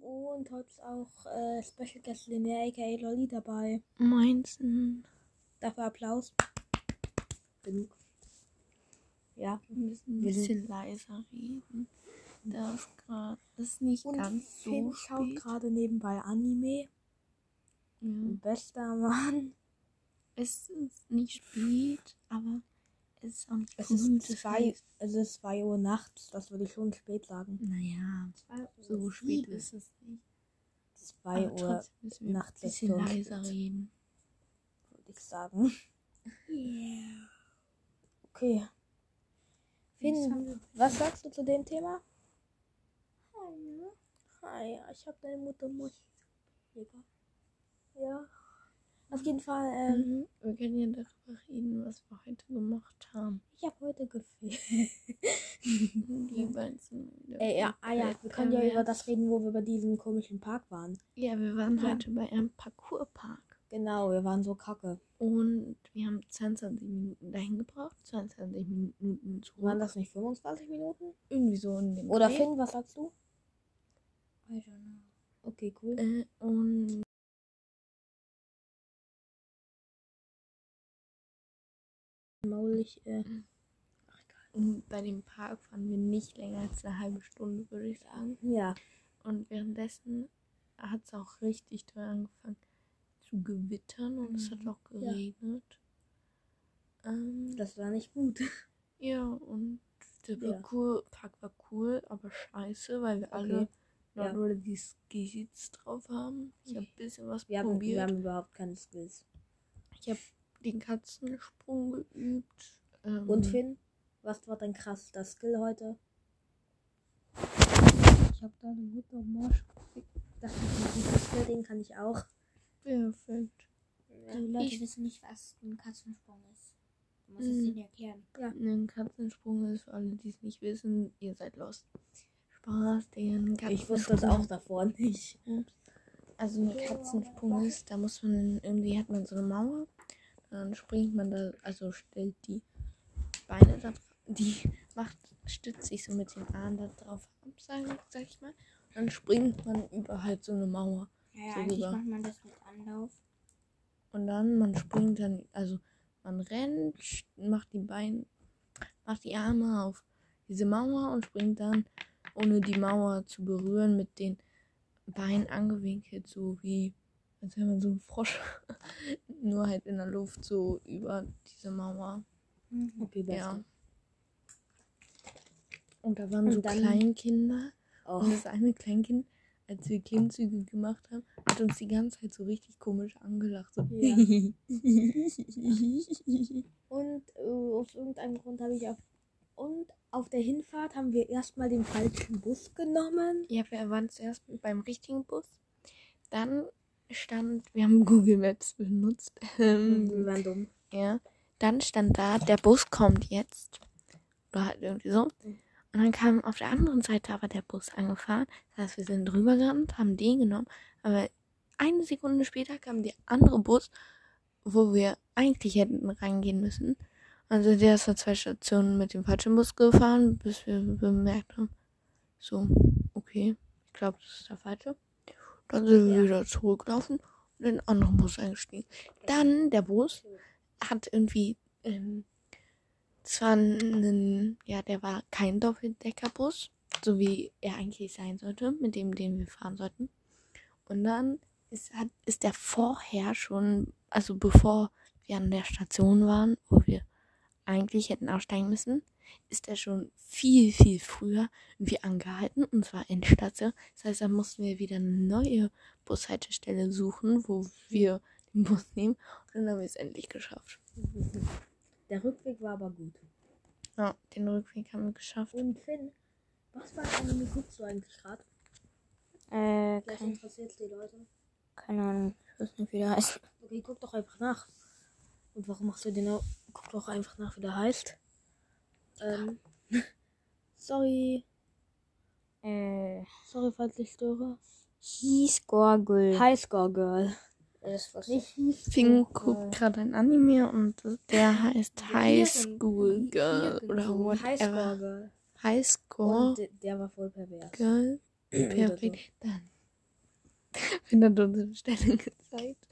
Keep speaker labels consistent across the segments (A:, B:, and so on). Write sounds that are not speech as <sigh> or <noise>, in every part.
A: und heute ist auch äh, Special Guest Linnea aka Lolly dabei.
B: Meinsen.
A: Dafür Applaus. Genug. Ja.
B: Wir müssen ein bisschen leiser reden. Das gerade ist nicht
A: Und
B: ganz
A: Finn
B: so
A: schaut
B: spät. Mhm.
A: gerade nebenbei Anime.
B: Ja.
A: Bester Mann.
B: Es ist nicht spät, aber es ist auch nicht
A: Es
B: früh,
A: ist
B: das
A: zwei,
B: heißt-
A: es ist zwei Uhr nachts, das würde ich schon spät sagen.
B: Naja, so spät ist es nicht.
A: Zwei
B: aber
A: Uhr
B: trotzdem müssen wir
A: nachts
B: ein bisschen
A: ist so
B: leiser
A: spät.
B: reden.
A: würde ich sagen. Okay.
B: Jetzt
A: Finn,
B: haben wir-
A: was sagst du zu dem Thema? Hi. Hi, ich hab deine Mutter muss. Digga. Ja. Auf jeden Fall, ähm,
B: Mhm. Wir können ja darüber reden, was wir heute gemacht haben.
A: ich habe heute <laughs> gefehlt.
B: Die Weizen.
A: Äh, ja, ah, ja, wir können ja
B: Ähm,
A: über das reden, wo wir bei diesem komischen Park waren.
B: Ja, wir waren
A: Ja.
B: heute bei einem Parkourpark.
A: Genau, wir waren so kacke.
B: Und wir haben 22 Minuten dahin gebraucht, 22 Minuten zurück.
A: Waren das nicht 25 Minuten?
B: irgendwie so in dem
A: Oder
B: Dreh.
A: Finn, was sagst du? Okay, cool.
B: Äh, und
A: Maulig, äh,
B: und bei dem Park fahren wir nicht länger als eine halbe Stunde, würde ich sagen.
A: ja.
B: Und währenddessen hat es auch richtig toll angefangen zu gewittern und es hat auch
A: Mhm. Ja.
B: geregnet. Ähm,
A: Das war nicht gut. <laughs>
B: ja, und der
A: Ja.
B: Parkour Park war cool, aber scheiße, weil wir alle
A: Ja.
B: Leute, die Skis drauf haben. Ich habe ein bisschen was
A: Wir haben,
B: probiert.
A: wir haben überhaupt keine Skills.
B: Ich habe den Katzensprung geübt. Ähm,
A: Und Finn, was war dein krassester Skill heute? Ich hab deine Mutter Marsch Das ist ein guter Skill, den kann ich auch.
B: Perfekt.
C: Die Leute
B: Ich-
C: wissen nicht, was ein Katzensprung ist. Du musst es
B: Mhm.
C: ihnen erklären.
B: Ein Katzensprung ist, für alle, die es nicht wissen, ihr seid lost. Spaß, den Katzensprung.
A: Ich wusste das auch davor nicht.
B: Also ein Katzensprung ist, da muss man, irgendwie hat man so eine Mauer. Dann springt man da, also stellt die Beine da drauf, die <laughs> macht, stützt sich so mit den Armen da drauf ab, sag, sag ich mal. Und dann springt man über halt so eine Mauer.
C: Ja, ja
B: So
C: eigentlich
B: rüber.
C: macht man das mit Anlauf.
B: Und dann,
A: Oh
B: man springt dann, also man rennt, sch- macht die Beine, macht die Arme auf diese Mauer und springt dann, ohne die Mauer zu berühren, mit den Beinen angewinkelt, so wie, als wäre man so ein Frosch, <laughs> nur halt in der Luft, so über diese Mauer.
A: Okay, das
B: Ja. Und da waren
A: Und
B: so
A: dann-
B: Kleinkinder.
A: Oh,
B: Und das eine Kleinkind, als wir Klimmzüge gemacht haben, hat uns die ganze Zeit so richtig komisch angelacht. So.
A: Ja.
B: <laughs>
A: Und äh, aus irgendeinem Grund habe ich auf. Und auf der Hinfahrt haben wir erstmal den falschen Bus genommen.
B: Ja, wir waren zuerst beim richtigen Bus. Dann stand, wir haben Google Maps benutzt.
A: Mhm, Wir
B: Ähm,
A: waren dumm. <laughs>
B: ja. Dann stand da, der Bus kommt jetzt. Oder halt irgendwie so. Und dann kam auf der anderen Seite aber der Bus angefahren. Das heißt, wir sind drüber gerannt, haben den genommen. Aber eine Sekunde später kam der andere Bus, wo wir eigentlich hätten reingehen müssen. Also Dann sind wir erst mal zwei Stationen mit dem falschen Bus gefahren, bis wir bemerkt haben, so, okay, ich glaube, das ist der falsche. Dann sind wir
A: Ja.
B: wieder zurückgelaufen und in den anderen Bus eingestiegen. Dann der Bus hat irgendwie, ähm, zwar einen, ja, der war kein Doppeldeckerbus, so wie er eigentlich sein sollte, mit dem, den wir fahren sollten. Und dann ist, hat, ist der vorher schon, also bevor wir an der Station waren, wo wir eigentlich hätten aussteigen müssen, ist er schon viel, viel früher irgendwie angehalten und zwar Endstation. Das heißt, da mussten wir wieder eine neue Bushaltestelle suchen, wo wir den Bus nehmen und dann haben wir es endlich geschafft.
A: Der Rückweg war aber gut.
B: Ja, den Rückweg haben wir geschafft.
A: Und Finn, was war Anime guckst du eigentlich gerade?
C: Äh,
A: Vielleicht interessiert die Leute.
C: keine Ahnung. Ich weiß nicht, wie der heißt.
A: Okay, guck doch einfach nach. Und warum machst du den auch? Guck doch einfach nach, wie der heißt. Ähm, <laughs> sorry,
C: Äh,
A: sorry, falls ich störe.
C: hieß Gorgel.
A: Highscore Girl.
C: Das was
A: Nicht hieß.
B: Finn guckt gerade ein Anime und der heißt High School Girl oder
A: Highscore
B: whatever.
A: Girl.
B: High
A: Und
B: School
A: der, der war voll pervers.
B: Girl.
A: Oder so.
B: Perfekt. Dann <laughs> Finn hat uns eine Stelle gezeigt.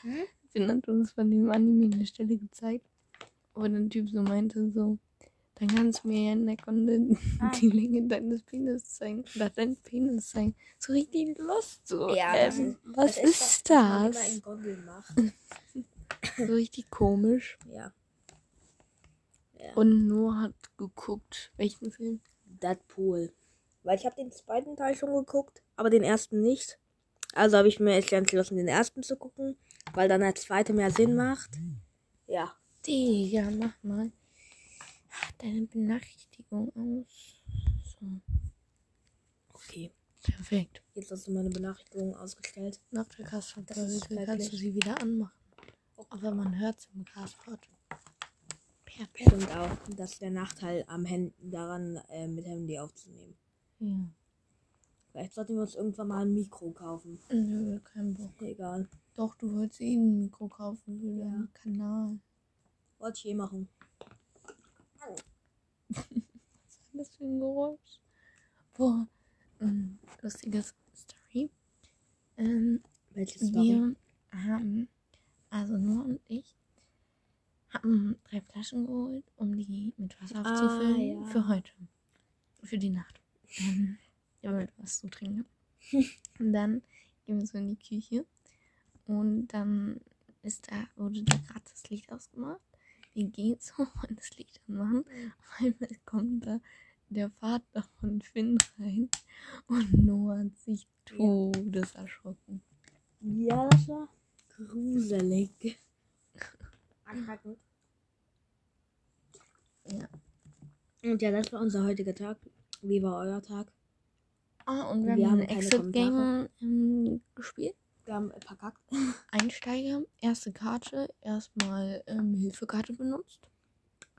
C: Hm?
B: Finn hat uns von dem Anime eine Stelle gezeigt, wo der Typ so meinte, so, dann kannst du mir ja in der Kunde
C: Ah.
B: die Länge deines Penis zeigen. Oder dein Penis zeigen. So richtig lost, so.
C: Ja, das
B: ähm,
C: ist-
B: was ist das?
A: Immer in Goggle macht.
B: So richtig komisch.
A: ja. Ja.
B: Und nur hat geguckt, welchen Film.
A: Deadpool. Weil ich habe den zweiten Teil schon geguckt, aber den ersten nicht. Also habe ich mir jetzt entschlossen, den ersten zu gucken, weil dann der zweite mehr Sinn macht. Ja.
B: Digga, mach mal deine Benachrichtigung aus. So,
A: Okay.
B: perfekt.
A: Jetzt hast du meine Benachrichtigung ausgestellt.
B: Nach der Gastfahrt
A: Das ist
B: kannst du
A: schrecklich.
B: sie wieder anmachen. Aber man hört sie im Gastfahrt. Perfekt.
A: Stimmt auch. Das ist der Nachteil am Handy daran, äh, mit Handy aufzunehmen.
B: Ja.
A: Vielleicht sollten wir uns irgendwann mal ein Mikro kaufen.
B: Nö, kein Bock.
A: Egal.
B: Doch, du wolltest eh ein Mikro kaufen für deinen Kanal.
A: Wollte ich eh machen.
B: Was für ein Geräusch? Boah, ähm, lustige Story. Ähm,
A: Welches war?
B: Wir haben, also Noah und ich, haben drei Flaschen geholt, um die mit Wasser
A: Ah,
B: aufzufüllen
A: ja.
B: für heute. Für die Nacht.
A: <laughs>
B: Ähm, damit was zu trinken. Und dann gehen wir so in die Küche. Und dann ist da, wurde da gerade das Licht ausgemacht. Wir gehen so <laughs> und das Licht anmachen. Auf einmal kommt da der Vater von Finn rein. Und Noah hat sich
A: Ja.
B: todes erschrocken.
A: Ja, das war
B: <laughs>
A: gruselig. Anpacken.
B: Ja.
A: Und ja, das war unser heutiger Tag. Wie war euer Tag?
B: Ah, und wir,
A: Wir
B: haben,
A: haben keine
B: Exit Game
A: Kommentare.
B: ähm, gespielt.
A: Wir haben verkackt.
B: Einsteiger, erste Karte, erstmal ähm, Hilfekarte benutzt.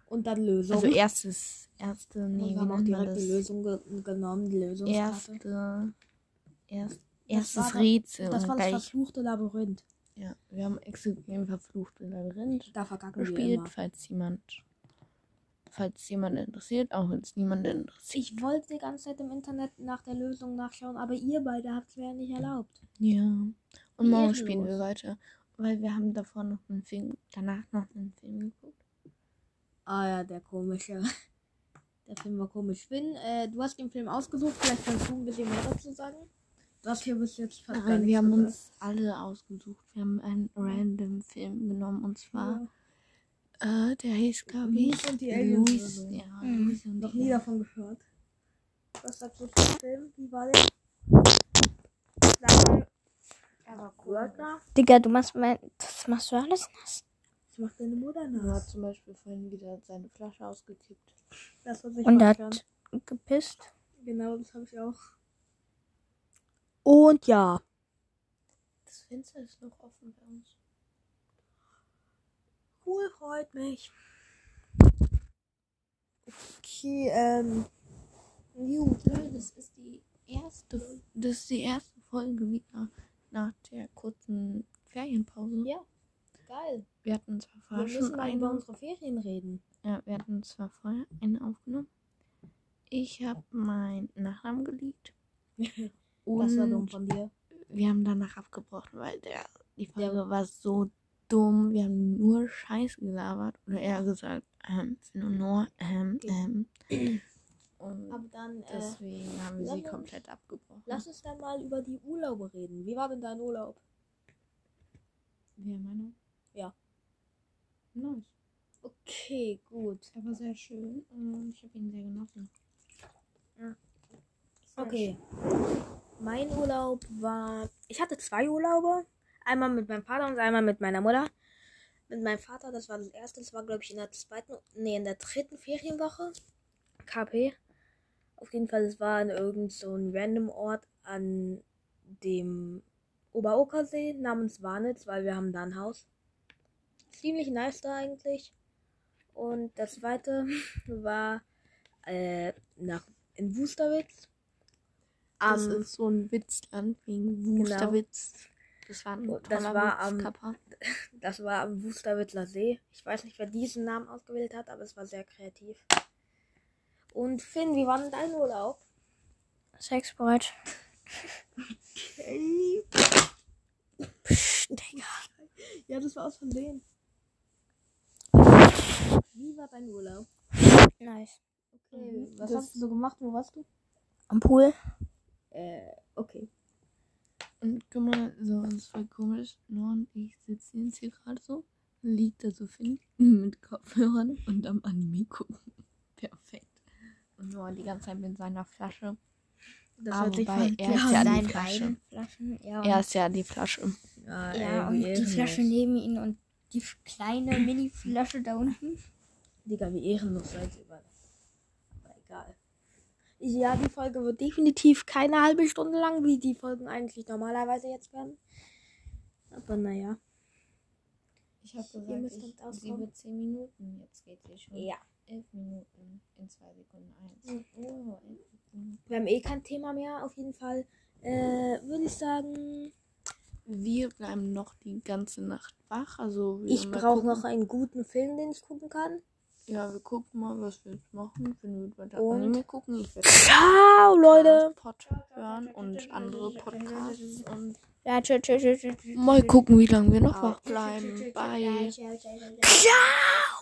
A: Und dann Lösung.
B: Also erstes, erste,
A: Und
B: nee, wie
A: wir haben auch
B: nennt man
A: direkt
B: das?
A: die Lösung ge genommen, die Lösungskarte.
B: Erste, erst,
A: war
B: erstes
A: dann-
B: Rätsel.
A: Das
B: und
A: war das
B: gleich,
A: verfluchte Labyrinth.
B: ja, wir haben Exit Game verflucht in Labyrinth
A: Da verkacken wir
B: gespielt,
A: immer.
B: falls jemand, falls jemand interessiert, auch wenn es niemand interessiert.
A: Ich wollte die ganze Zeit im Internet nach der Lösung nachschauen, aber ihr beide habt es mir ja nicht erlaubt.
B: Ja. Und morgen spielen wir
A: Ehrenlos.
B: weiter, weil wir haben davor noch einen Film, danach noch einen Film geguckt.
A: Ah ja, der komische. <laughs> Der Film war komisch. Finn, äh, du hast den Film ausgesucht, vielleicht kannst du ein bisschen mehr dazu sagen. Das hier bist jetzt fast gar
B: Nein, wir
A: nichts
B: haben
A: gesagt.
B: uns alle ausgesucht. Wir haben einen random Film genommen und zwar,
A: Ja,
B: äh, der hieß, glaube ich,
A: Luis und die Aliens
B: Luis,
A: oder so. Hm.
B: ja,
C: Mhm.
B: Luis und
A: noch
B: die
A: nie
B: Aliens.
A: davon gehört. Was sagst du zum Film? Wie war der? Sag mal. Er war Quirker.
C: Digga, du machst mein. Das machst du alles nass.
A: Das macht deine Mutter
B: Er hat
A: nass.
B: zum Beispiel vorhin wieder seine Flasche ausgekippt.
A: Das was ich
C: Und
A: mal
C: hat
A: hören.
C: gepisst.
A: Genau, das habe ich auch.
C: Und ja.
B: Das Fenster ist noch offen bei uns.
A: Cool, freut mich. Okay, ähm. News.
B: Das ist die erste, das ist die erste Folge wieder nach der kurzen Ferienpause.
A: Ja. Geil.
B: Wir hatten zwar
A: Wir
B: vorher
A: müssen
B: schon
A: mal über
B: eine
A: unsere Ferien reden.
B: Ja, wir hatten zwar vorher eine aufgenommen. Ich habe meinen Nachnamen geleakt.
A: <laughs>
B: Und
A: das war dumm von dir.
B: wir haben danach abgebrochen, weil der, die Folge war so dumm. Wir haben nur Scheiß gelabert. Oder eher gesagt, ähm, nur, nur ähm, ähm.
A: <clears throat>
B: Und
A: Aber dann, äh,
B: deswegen haben wir
A: lass
B: sie
A: uns-
B: komplett abgebrochen.
A: lass uns dann mal über die Urlaube reden. Wie war denn dein Urlaub?
B: Wer meine?
A: Ja.
B: Nice.
A: Okay, gut.
B: Er war sehr schön und ich habe ihn sehr genossen.
A: Okay. Mein Urlaub war. Ich hatte zwei Urlaube. Einmal mit meinem Vater und einmal mit meiner Mutter. Mit meinem Vater, das war das erste, das war glaube ich in der zweiten, nee, in der dritten Ferienwoche. KP. Auf jeden Fall, es war in irgendeinem so einem random Ort an dem Oberokersee namens Warnitz, weil wir haben da ein Haus. Ziemlich nice da eigentlich. Und das zweite <laughs> war äh, nach, in Wusterwitz.
B: Das
A: Am-
B: ist so ein Witzland wegen Wusterwitz. Das war ein toller
A: Und das war
B: Witz,
A: am-
B: Papa.
A: Das war am Wusterwitzler See. Ich weiß nicht, wer diesen Namen ausgewählt hat, aber es war sehr kreativ. Und Finn, wie war denn dein Urlaub?
C: Sexbereit.
A: Okay.
C: Psch, Digga.
A: Ja, das war aus von denen. Wie war dein Urlaub? Mhm.
C: Nice.
A: Okay, was
B: das-
A: hast du so gemacht? Wo warst du?
C: Am Pool?
A: Äh, okay.
B: Und guck mal, so, das war komisch. Norm, ich sitze jetzt hier gerade so, liegt da so Finn <laughs> mit Kopfhörern und am Anime gucken. <laughs> Perfekt. Und Norm die ganze Zeit mit seiner Flasche.
A: Das
B: Ah,
A: hört sich
B: wobei
A: von...
B: er ist ja die
C: seinen
B: Flasche.
C: beiden Flaschen. Ja, und,
B: Er ist äh, ja die Flasche.
A: Ja,
C: ja, und
A: irgendwie
C: die
A: ehrenlos.
C: Flasche neben ihm und die f- kleine Mini-Flasche da unten.
A: Digga, wie ehrenlos seid ihr beide. Aber egal. Ja, die Folge wird definitiv keine halbe Stunde lang, wie die Folgen eigentlich normalerweise jetzt werden. Aber naja.
B: Ich habe
A: Ihr müsst damit auskommen.
B: 10 Minuten. Jetzt geht sie schon.
A: Ja.
B: 11 Minuten in 2 Sekunden 1. Oh, 11 Sekunden.
A: Wir haben eh kein Thema mehr, auf jeden Fall. Äh, würde ich sagen,
B: Wir bleiben noch die ganze Nacht wach. Also wir
A: ich
B: mal
A: brauche
B: gucken.
A: noch einen guten Film, den ich gucken kann.
B: Ja, wir gucken mal, was wir jetzt machen. Wenn wir weiter
A: Und?
B: Anime gucken, ich werde
A: Ciao, Leute.
B: Pod hören und andere Podcasts und
C: Ja, tschö, tschö, tschö, tschö, tschö.
B: mal gucken, wie lange wir noch wach bleiben. Bye.
C: Ciao, ciao, ciao, ciao.
A: Ciao.